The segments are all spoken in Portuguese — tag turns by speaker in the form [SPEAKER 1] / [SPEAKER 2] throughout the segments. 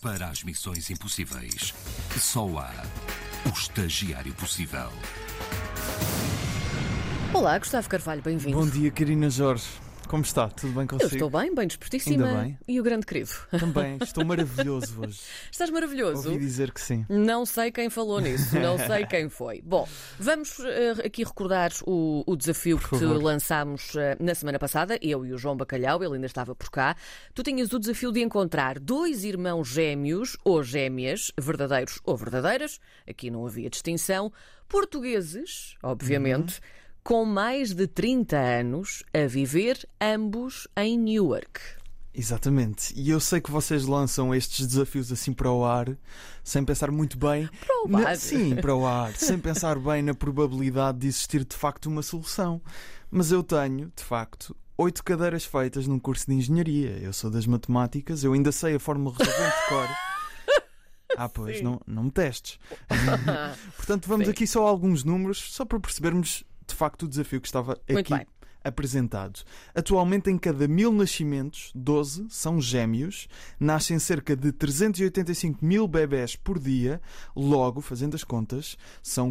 [SPEAKER 1] Para as missões impossíveis, só há o estagiário possível.
[SPEAKER 2] Olá, Gustavo Carvalho, bem-vindo.
[SPEAKER 3] Bom dia, Karina Jorge. Como está? Tudo bem consigo?
[SPEAKER 2] Eu estou bem, bem despertíssima.
[SPEAKER 3] Ainda bem.
[SPEAKER 2] E o grande querido.
[SPEAKER 3] Também, estou maravilhoso hoje.
[SPEAKER 2] Estás maravilhoso.
[SPEAKER 3] Ouvi dizer que sim.
[SPEAKER 2] Não sei quem falou nisso, não sei quem foi. Bom, vamos eh, aqui recordar o, o desafio que
[SPEAKER 3] favor.
[SPEAKER 2] lançámos eh, na semana passada, eu e o João Bacalhau, ele ainda estava por cá. Tu tinhas o desafio de encontrar dois irmãos gêmeos ou gêmeas, verdadeiros ou verdadeiras, aqui não havia distinção, portugueses, obviamente,
[SPEAKER 3] Uhum.
[SPEAKER 2] com mais de 30 anos a viver, ambos em Newark.
[SPEAKER 3] Exatamente. E eu sei que vocês lançam estes desafios assim para o ar, sem pensar muito bem.
[SPEAKER 2] Para o
[SPEAKER 3] Na-
[SPEAKER 2] ar.
[SPEAKER 3] Sim, para o ar. sem pensar bem na probabilidade de existir de facto uma solução. Mas eu tenho, de facto. Oito cadeiras feitas num curso de engenharia. Eu sou das matemáticas, eu ainda sei a fórmula resolvente de cor. Ah, pois, não, não me testes. Portanto, vamos
[SPEAKER 2] Sim.
[SPEAKER 3] aqui só alguns números, só para percebermos de facto o desafio que estava
[SPEAKER 2] Muito
[SPEAKER 3] aqui
[SPEAKER 2] bem.
[SPEAKER 3] apresentado. Atualmente, em cada mil nascimentos, 12 são gêmeos, nascem cerca de 385 mil bebés por dia, logo, fazendo as contas, são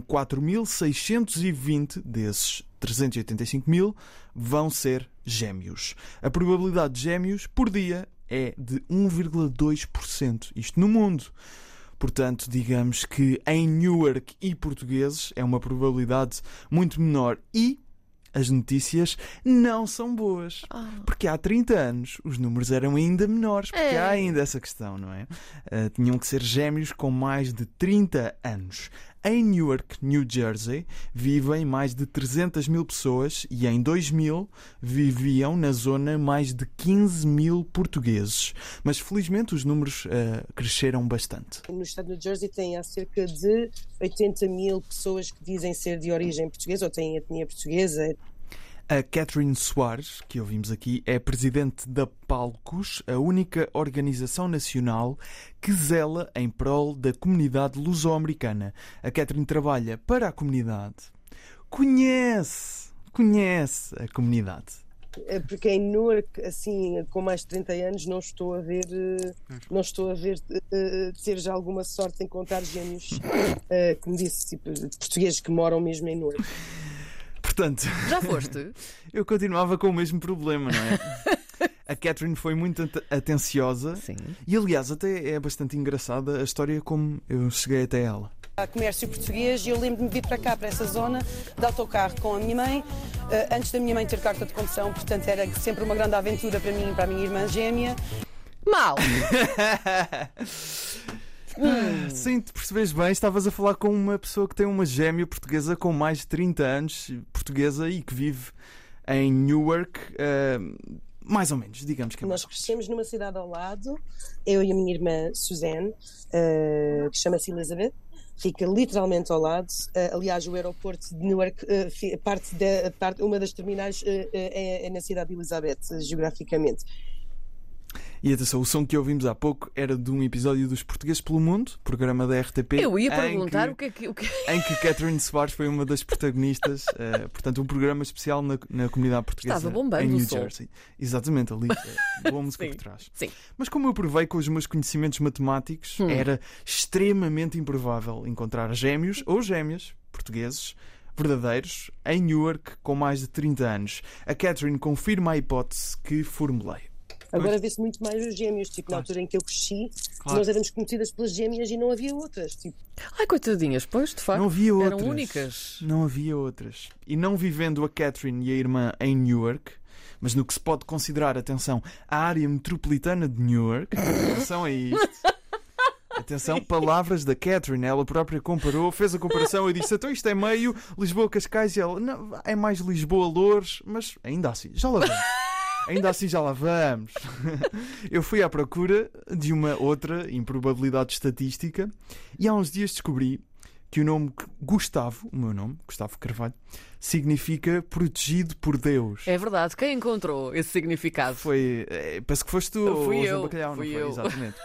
[SPEAKER 3] 4.620 desses 385 mil vão ser gêmeos. A probabilidade de gêmeos por dia é de 1,2%, isto no mundo. Portanto, digamos que em Newark e portugueses é uma probabilidade muito menor. E as notícias não são boas. Porque há 30 anos os números eram ainda menores. Porque
[SPEAKER 2] É.
[SPEAKER 3] há ainda essa questão, não é? Ah, tinham que ser gêmeos com mais de 30 anos. Em Newark, New Jersey, vivem mais de 300 mil pessoas e em 2000 viviam na zona mais de 15 mil portugueses. Mas felizmente os números ah, cresceram bastante.
[SPEAKER 4] No estado de New Jersey tem há cerca de 80 mil pessoas que dizem ser de origem portuguesa ou têm etnia portuguesa.
[SPEAKER 3] A Catherine Soares, que ouvimos aqui, é presidente da Palcos, a única organização nacional que zela em prol da comunidade luso-americana. A Catherine trabalha para a comunidade, conhece, conhece a comunidade.
[SPEAKER 4] Eh, Porque em Newark, assim, com mais de 30 anos, não estou a ver, eh, não estou a ver eh, ter já alguma sorte em encontrar gêmeos, eh, como disse, tipo, portugueses que moram mesmo em Newark.
[SPEAKER 3] Portanto,
[SPEAKER 2] Já foste?
[SPEAKER 3] eu continuava com o mesmo problema, não é? A Catherine foi muito ate- atenciosa
[SPEAKER 2] Sim.
[SPEAKER 3] e, aliás, até é bastante engraçada a história como eu cheguei até ela.
[SPEAKER 5] Há comércio português e eu lembro-me de vir para cá, para essa zona, de autocarro com a minha mãe, eh, antes da minha mãe ter carta de condução, portanto era sempre uma grande aventura para mim e para a minha irmã gêmea.
[SPEAKER 2] Mal!
[SPEAKER 3] Sim, te percebes bem, estavas a falar com uma pessoa que tem uma gêmea portuguesa com mais de 30 anos, portuguesa e que vive em Newark, eh, mais ou menos, digamos que é mais
[SPEAKER 4] Nós
[SPEAKER 3] ou menos.
[SPEAKER 4] crescemos numa cidade ao lado, eu e a minha irmã Suzanne, eh, que chama-se Elizabeth, fica literalmente ao lado. Eh, aliás, o aeroporto de Newark, eh, fi- parte da, parte, uma das terminais eh, eh, é, é na cidade de Elizabeth, eh, geograficamente.
[SPEAKER 3] E atenção, o som que ouvimos há pouco era de um episódio dos Portugueses pelo Mundo, programa da RTP.
[SPEAKER 2] Eu ia
[SPEAKER 3] em
[SPEAKER 2] perguntar
[SPEAKER 3] que-
[SPEAKER 2] o que é que. O que...
[SPEAKER 3] Em que Catherine Soares foi uma das protagonistas, eh, portanto, um programa especial na, na comunidade portuguesa
[SPEAKER 2] Estava bombeando
[SPEAKER 3] em
[SPEAKER 2] o
[SPEAKER 3] New
[SPEAKER 2] som.
[SPEAKER 3] Jersey. Exatamente, ali, eh, boa música
[SPEAKER 2] Sim.
[SPEAKER 3] por trás.
[SPEAKER 2] Sim.
[SPEAKER 3] Mas como eu provei com os meus conhecimentos matemáticos, era extremamente improvável encontrar gêmeos ou gêmeas portugueses verdadeiros em Newark com mais de 30 anos. A Catherine confirma a hipótese que formulei.
[SPEAKER 4] Agora vê-se muito mais os gêmeos, tipo, na altura em que eu cresci,
[SPEAKER 3] Claro.
[SPEAKER 4] nós éramos conhecidas pelas gêmeas e não havia outras. Tipo,
[SPEAKER 2] Ai, coitadinhas, pois, de facto.
[SPEAKER 3] Não havia outras.
[SPEAKER 2] eram únicas.
[SPEAKER 3] Não havia outras. E não vivendo a Catherine e a irmã em Newark, mas no que se pode considerar, atenção, a área metropolitana de Newark, atenção a isto. Atenção, palavras da Catherine, ela própria comparou, fez a comparação e disse: então isto é meio Lisboa-Cascais, e ela, não, é mais Lisboa-Loures, mas ainda assim, já lá vamos. Ainda assim, já lá vamos. Eu fui à procura de uma outra improbabilidade estatística e há uns dias descobri que o nome Gustavo, o meu nome, Gustavo Carvalho, significa protegido por Deus.
[SPEAKER 2] É verdade, quem encontrou esse significado?
[SPEAKER 3] Foi. eh, penso que foste tu,
[SPEAKER 2] Não,
[SPEAKER 3] ou
[SPEAKER 2] fui
[SPEAKER 3] o
[SPEAKER 2] eu,
[SPEAKER 3] João Bacalhau,
[SPEAKER 2] fui
[SPEAKER 3] não foi?
[SPEAKER 2] eu.
[SPEAKER 3] Exatamente.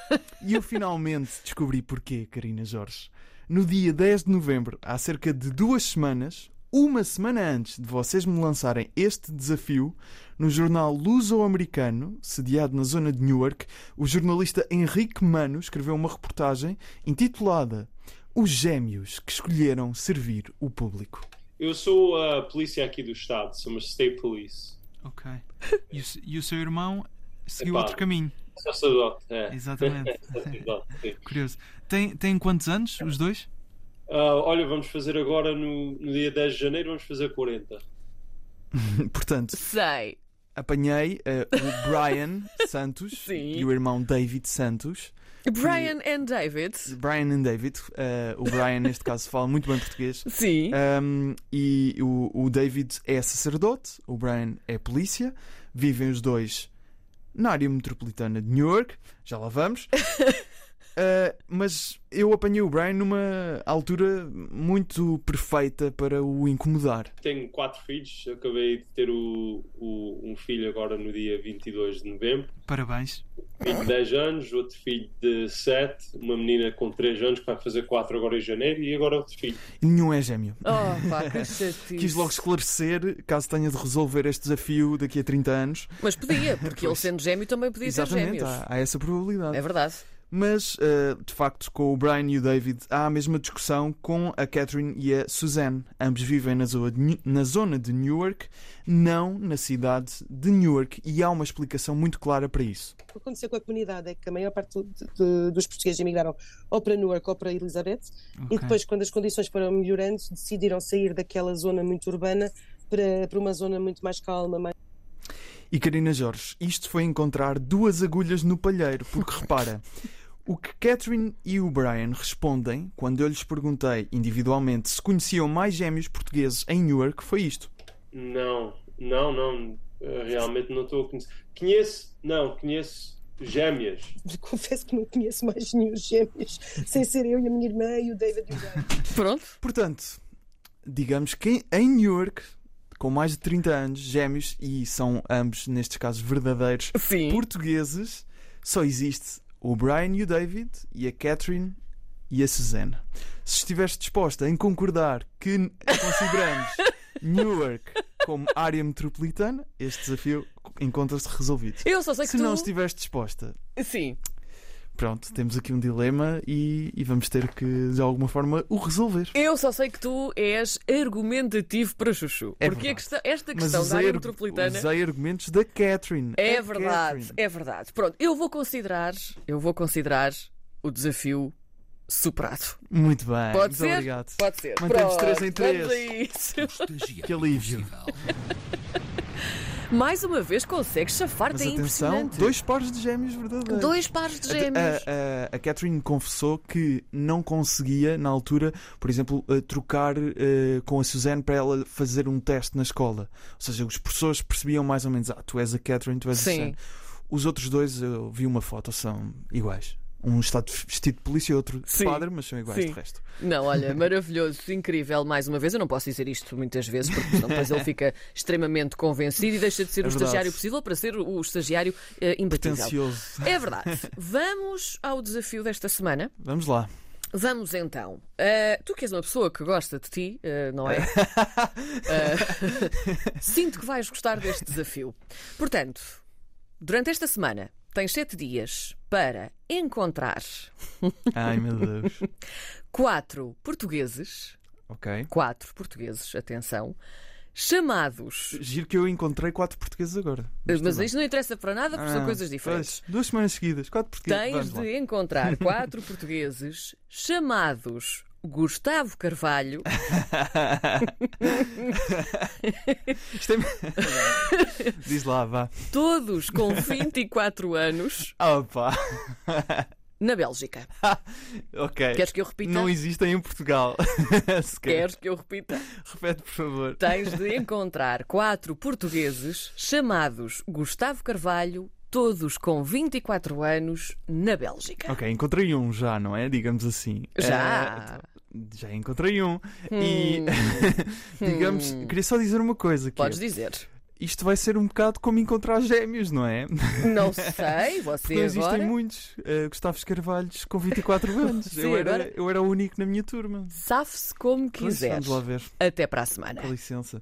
[SPEAKER 3] E eu finalmente descobri porquê, Karina Jorge. No dia 10 de novembro, há cerca de duas semanas, uma semana antes de vocês me lançarem este desafio, no jornal Luso-Americano, sediado na zona de Newark, o jornalista Henrique Mano escreveu uma reportagem intitulada Os Gêmeos que Escolheram Servir o Público.
[SPEAKER 6] Eu sou a polícia aqui do estado, somos State Police.
[SPEAKER 7] Ok. E o, se- e o seu irmão seguiu
[SPEAKER 6] Epá.
[SPEAKER 7] outro caminho.
[SPEAKER 6] Sacerdote, é.
[SPEAKER 7] Exatamente.
[SPEAKER 6] Sacerdote, sim.
[SPEAKER 7] Curioso. Tem, tem quantos anos, os dois?
[SPEAKER 6] Ah, olha, vamos fazer agora no, no dia 10 de janeiro, vamos fazer 40.
[SPEAKER 3] Portanto,
[SPEAKER 2] Sei.
[SPEAKER 3] apanhei eh, o Brian Santos
[SPEAKER 2] Sim.
[SPEAKER 3] e o irmão David Santos.
[SPEAKER 2] Brian and David.
[SPEAKER 3] Brian and David. eh, o Brian, neste caso, fala muito bem português.
[SPEAKER 2] Sim.
[SPEAKER 3] Um, e o, o David é sacerdote, o Brian é polícia, vivem os dois na área metropolitana de New York, já lá vamos. Uh, mas eu apanhei o Brian numa altura muito perfeita para o incomodar.
[SPEAKER 6] Tenho quatro filhos, acabei de ter o, o- um filho agora no dia 22 de novembro.
[SPEAKER 7] Parabéns.
[SPEAKER 6] Filho de 10 anos, outro filho de 7, uma menina com 3 anos que vai fazer 4 agora em janeiro e agora outro filho.
[SPEAKER 3] E nenhum é gêmeo.
[SPEAKER 2] Oh, pá, que chatice.
[SPEAKER 3] Quis logo esclarecer, caso tenha de resolver este desafio daqui a 30 anos.
[SPEAKER 2] Mas podia, porque ele sendo gêmeo também podia ser
[SPEAKER 3] Exatamente, ah.
[SPEAKER 2] gêmeos.
[SPEAKER 3] há, há essa probabilidade.
[SPEAKER 2] É verdade.
[SPEAKER 3] Mas, uh, de facto, com o Brian e o David, há a mesma discussão com a Catherine e a Suzanne. Ambos vivem na zoa de New- na zona de Newark, não na cidade de Newark. E há uma explicação muito clara para isso.
[SPEAKER 4] O que aconteceu com a comunidade é que a maior parte do- do- dos portugueses emigraram ou para Newark ou para Elizabeth
[SPEAKER 7] Ok.
[SPEAKER 4] e depois, quando as condições foram melhorando, decidiram sair daquela zona muito urbana para, para uma zona muito mais calma, mais
[SPEAKER 3] E Karina Jorge, isto foi encontrar duas agulhas no palheiro, porque repara, o que Catherine e o Brian respondem quando eu lhes perguntei individualmente se conheciam mais gêmeos portugueses em Newark foi isto.
[SPEAKER 6] Não, não, não, eh, realmente não estou a conhecer. Conheço, não, conheço gêmeas.
[SPEAKER 4] confesso que não conheço mais nenhum gêmeos, sem ser eu e a minha irmã e o David e o Brian.
[SPEAKER 2] Pronto.
[SPEAKER 3] Portanto, digamos que em New York, com mais de 30 anos, gêmeos, e são ambos, nestes casos, verdadeiros
[SPEAKER 2] Sim.
[SPEAKER 3] portugueses, só existe o Brian e o David, e a Catherine e a Suzanne. Se estiveres disposta em concordar que consideramos Newark como área metropolitana, este desafio encontra-se resolvido.
[SPEAKER 2] Eu só sei que
[SPEAKER 3] Se
[SPEAKER 2] tu...
[SPEAKER 3] não estiveres disposta,
[SPEAKER 2] Sim.
[SPEAKER 3] pronto, temos aqui um dilema e, e vamos ter que, de alguma forma, o resolver.
[SPEAKER 2] Eu só sei que tu és argumentativo para Chuchu.
[SPEAKER 3] É
[SPEAKER 2] porque a
[SPEAKER 3] verdade.
[SPEAKER 2] questão- esta questão
[SPEAKER 3] usei
[SPEAKER 2] da área
[SPEAKER 3] argu-
[SPEAKER 2] metropolitana.
[SPEAKER 3] usei argumentos da Catherine.
[SPEAKER 2] É
[SPEAKER 3] A
[SPEAKER 2] verdade,
[SPEAKER 3] Catherine.
[SPEAKER 2] é verdade. Pronto, eu vou considerar, eu vou considerar o desafio superado.
[SPEAKER 3] Muito bem.
[SPEAKER 2] Pode
[SPEAKER 3] É, muito
[SPEAKER 2] ser?
[SPEAKER 3] obrigado.
[SPEAKER 2] Pode ser.
[SPEAKER 3] Mantemos
[SPEAKER 2] Pronto,
[SPEAKER 3] três em três.
[SPEAKER 2] Vamos a isso.
[SPEAKER 1] Estagiário
[SPEAKER 3] Que alívio.
[SPEAKER 1] impossível.
[SPEAKER 2] Mais uma vez consegues
[SPEAKER 3] Mas
[SPEAKER 2] safar-te, é
[SPEAKER 3] atenção,
[SPEAKER 2] impressionante.
[SPEAKER 3] dois Ah, pares de gêmeos verdadeiros.
[SPEAKER 2] Dois pares de gêmeos.
[SPEAKER 3] A, a- a Catherine confessou que não conseguia, na altura, por exemplo, eh, trocar eh, com a Suzanne para ela fazer um teste na escola. Ou seja, os professores percebiam mais ou menos: ah, tu és a Catherine, tu és a
[SPEAKER 2] Sim.
[SPEAKER 3] Suzanne. Os outros dois, eu vi uma foto, são iguais. Um está de vestido de polícia e outro de
[SPEAKER 2] Sim.
[SPEAKER 3] padre, mas são iguais
[SPEAKER 2] Sim.
[SPEAKER 3] de resto.
[SPEAKER 2] Não, olha, maravilhoso, incrível. Mais uma vez, eu não posso dizer isto muitas vezes, porque senão depois ele fica extremamente convencido e deixa de ser
[SPEAKER 3] É
[SPEAKER 2] o
[SPEAKER 3] verdade.
[SPEAKER 2] estagiário possível para ser o estagiário eh, imbatível.
[SPEAKER 3] Tencioso.
[SPEAKER 2] É verdade. Vamos ao desafio desta semana.
[SPEAKER 3] Vamos lá.
[SPEAKER 2] Vamos então. Ah, tu que és uma pessoa que gosta de ti, ah, não é? Ah, sinto que vais gostar deste desafio. Portanto, durante esta semana tens sete dias para encontrar
[SPEAKER 3] Ai meu Deus.
[SPEAKER 2] quatro portugueses,
[SPEAKER 3] ok.
[SPEAKER 2] quatro portugueses, atenção, chamados.
[SPEAKER 3] Giro que eu encontrei quatro portugueses agora.
[SPEAKER 2] Mas isto não interessa para nada, porque são
[SPEAKER 3] é Ah,
[SPEAKER 2] coisas diferentes.
[SPEAKER 3] pois, duas semanas seguidas, quatro portugueses.
[SPEAKER 2] Tens
[SPEAKER 3] Vamos lá.
[SPEAKER 2] de encontrar quatro portugueses chamados Gustavo Carvalho.
[SPEAKER 3] Isto é- Diz lá, vá.
[SPEAKER 2] todos com 24 anos,
[SPEAKER 3] Opa,
[SPEAKER 2] na Bélgica.
[SPEAKER 3] ok.
[SPEAKER 2] Queres que eu repita? É.
[SPEAKER 3] Não existem em Portugal. Sequer.
[SPEAKER 2] Queres que eu repita?
[SPEAKER 3] Repete, por favor.
[SPEAKER 2] Tens de encontrar quatro portugueses chamados Gustavo Carvalho, todos com 24 anos, na Bélgica.
[SPEAKER 3] Ok, encontrei um já, não é? Digamos assim.
[SPEAKER 2] Já. Hum.
[SPEAKER 3] Eh, já encontrei um. E, digamos, queria só dizer uma coisa. Que
[SPEAKER 2] Podes
[SPEAKER 3] é,
[SPEAKER 2] dizer.
[SPEAKER 3] Isto vai ser um bocado como encontrar gêmeos, não é?
[SPEAKER 2] Não sei, você
[SPEAKER 3] Não existem
[SPEAKER 2] agora.
[SPEAKER 3] muitos. Uh, Gustavo Carvalhos com 24 anos.
[SPEAKER 2] Sim,
[SPEAKER 3] eu, era,
[SPEAKER 2] agora-
[SPEAKER 3] eu era o único na minha turma.
[SPEAKER 2] Safe-se como
[SPEAKER 3] Pois,
[SPEAKER 2] quiser.
[SPEAKER 3] Vamos lá ver.
[SPEAKER 2] Até para a semana.
[SPEAKER 3] Com licença.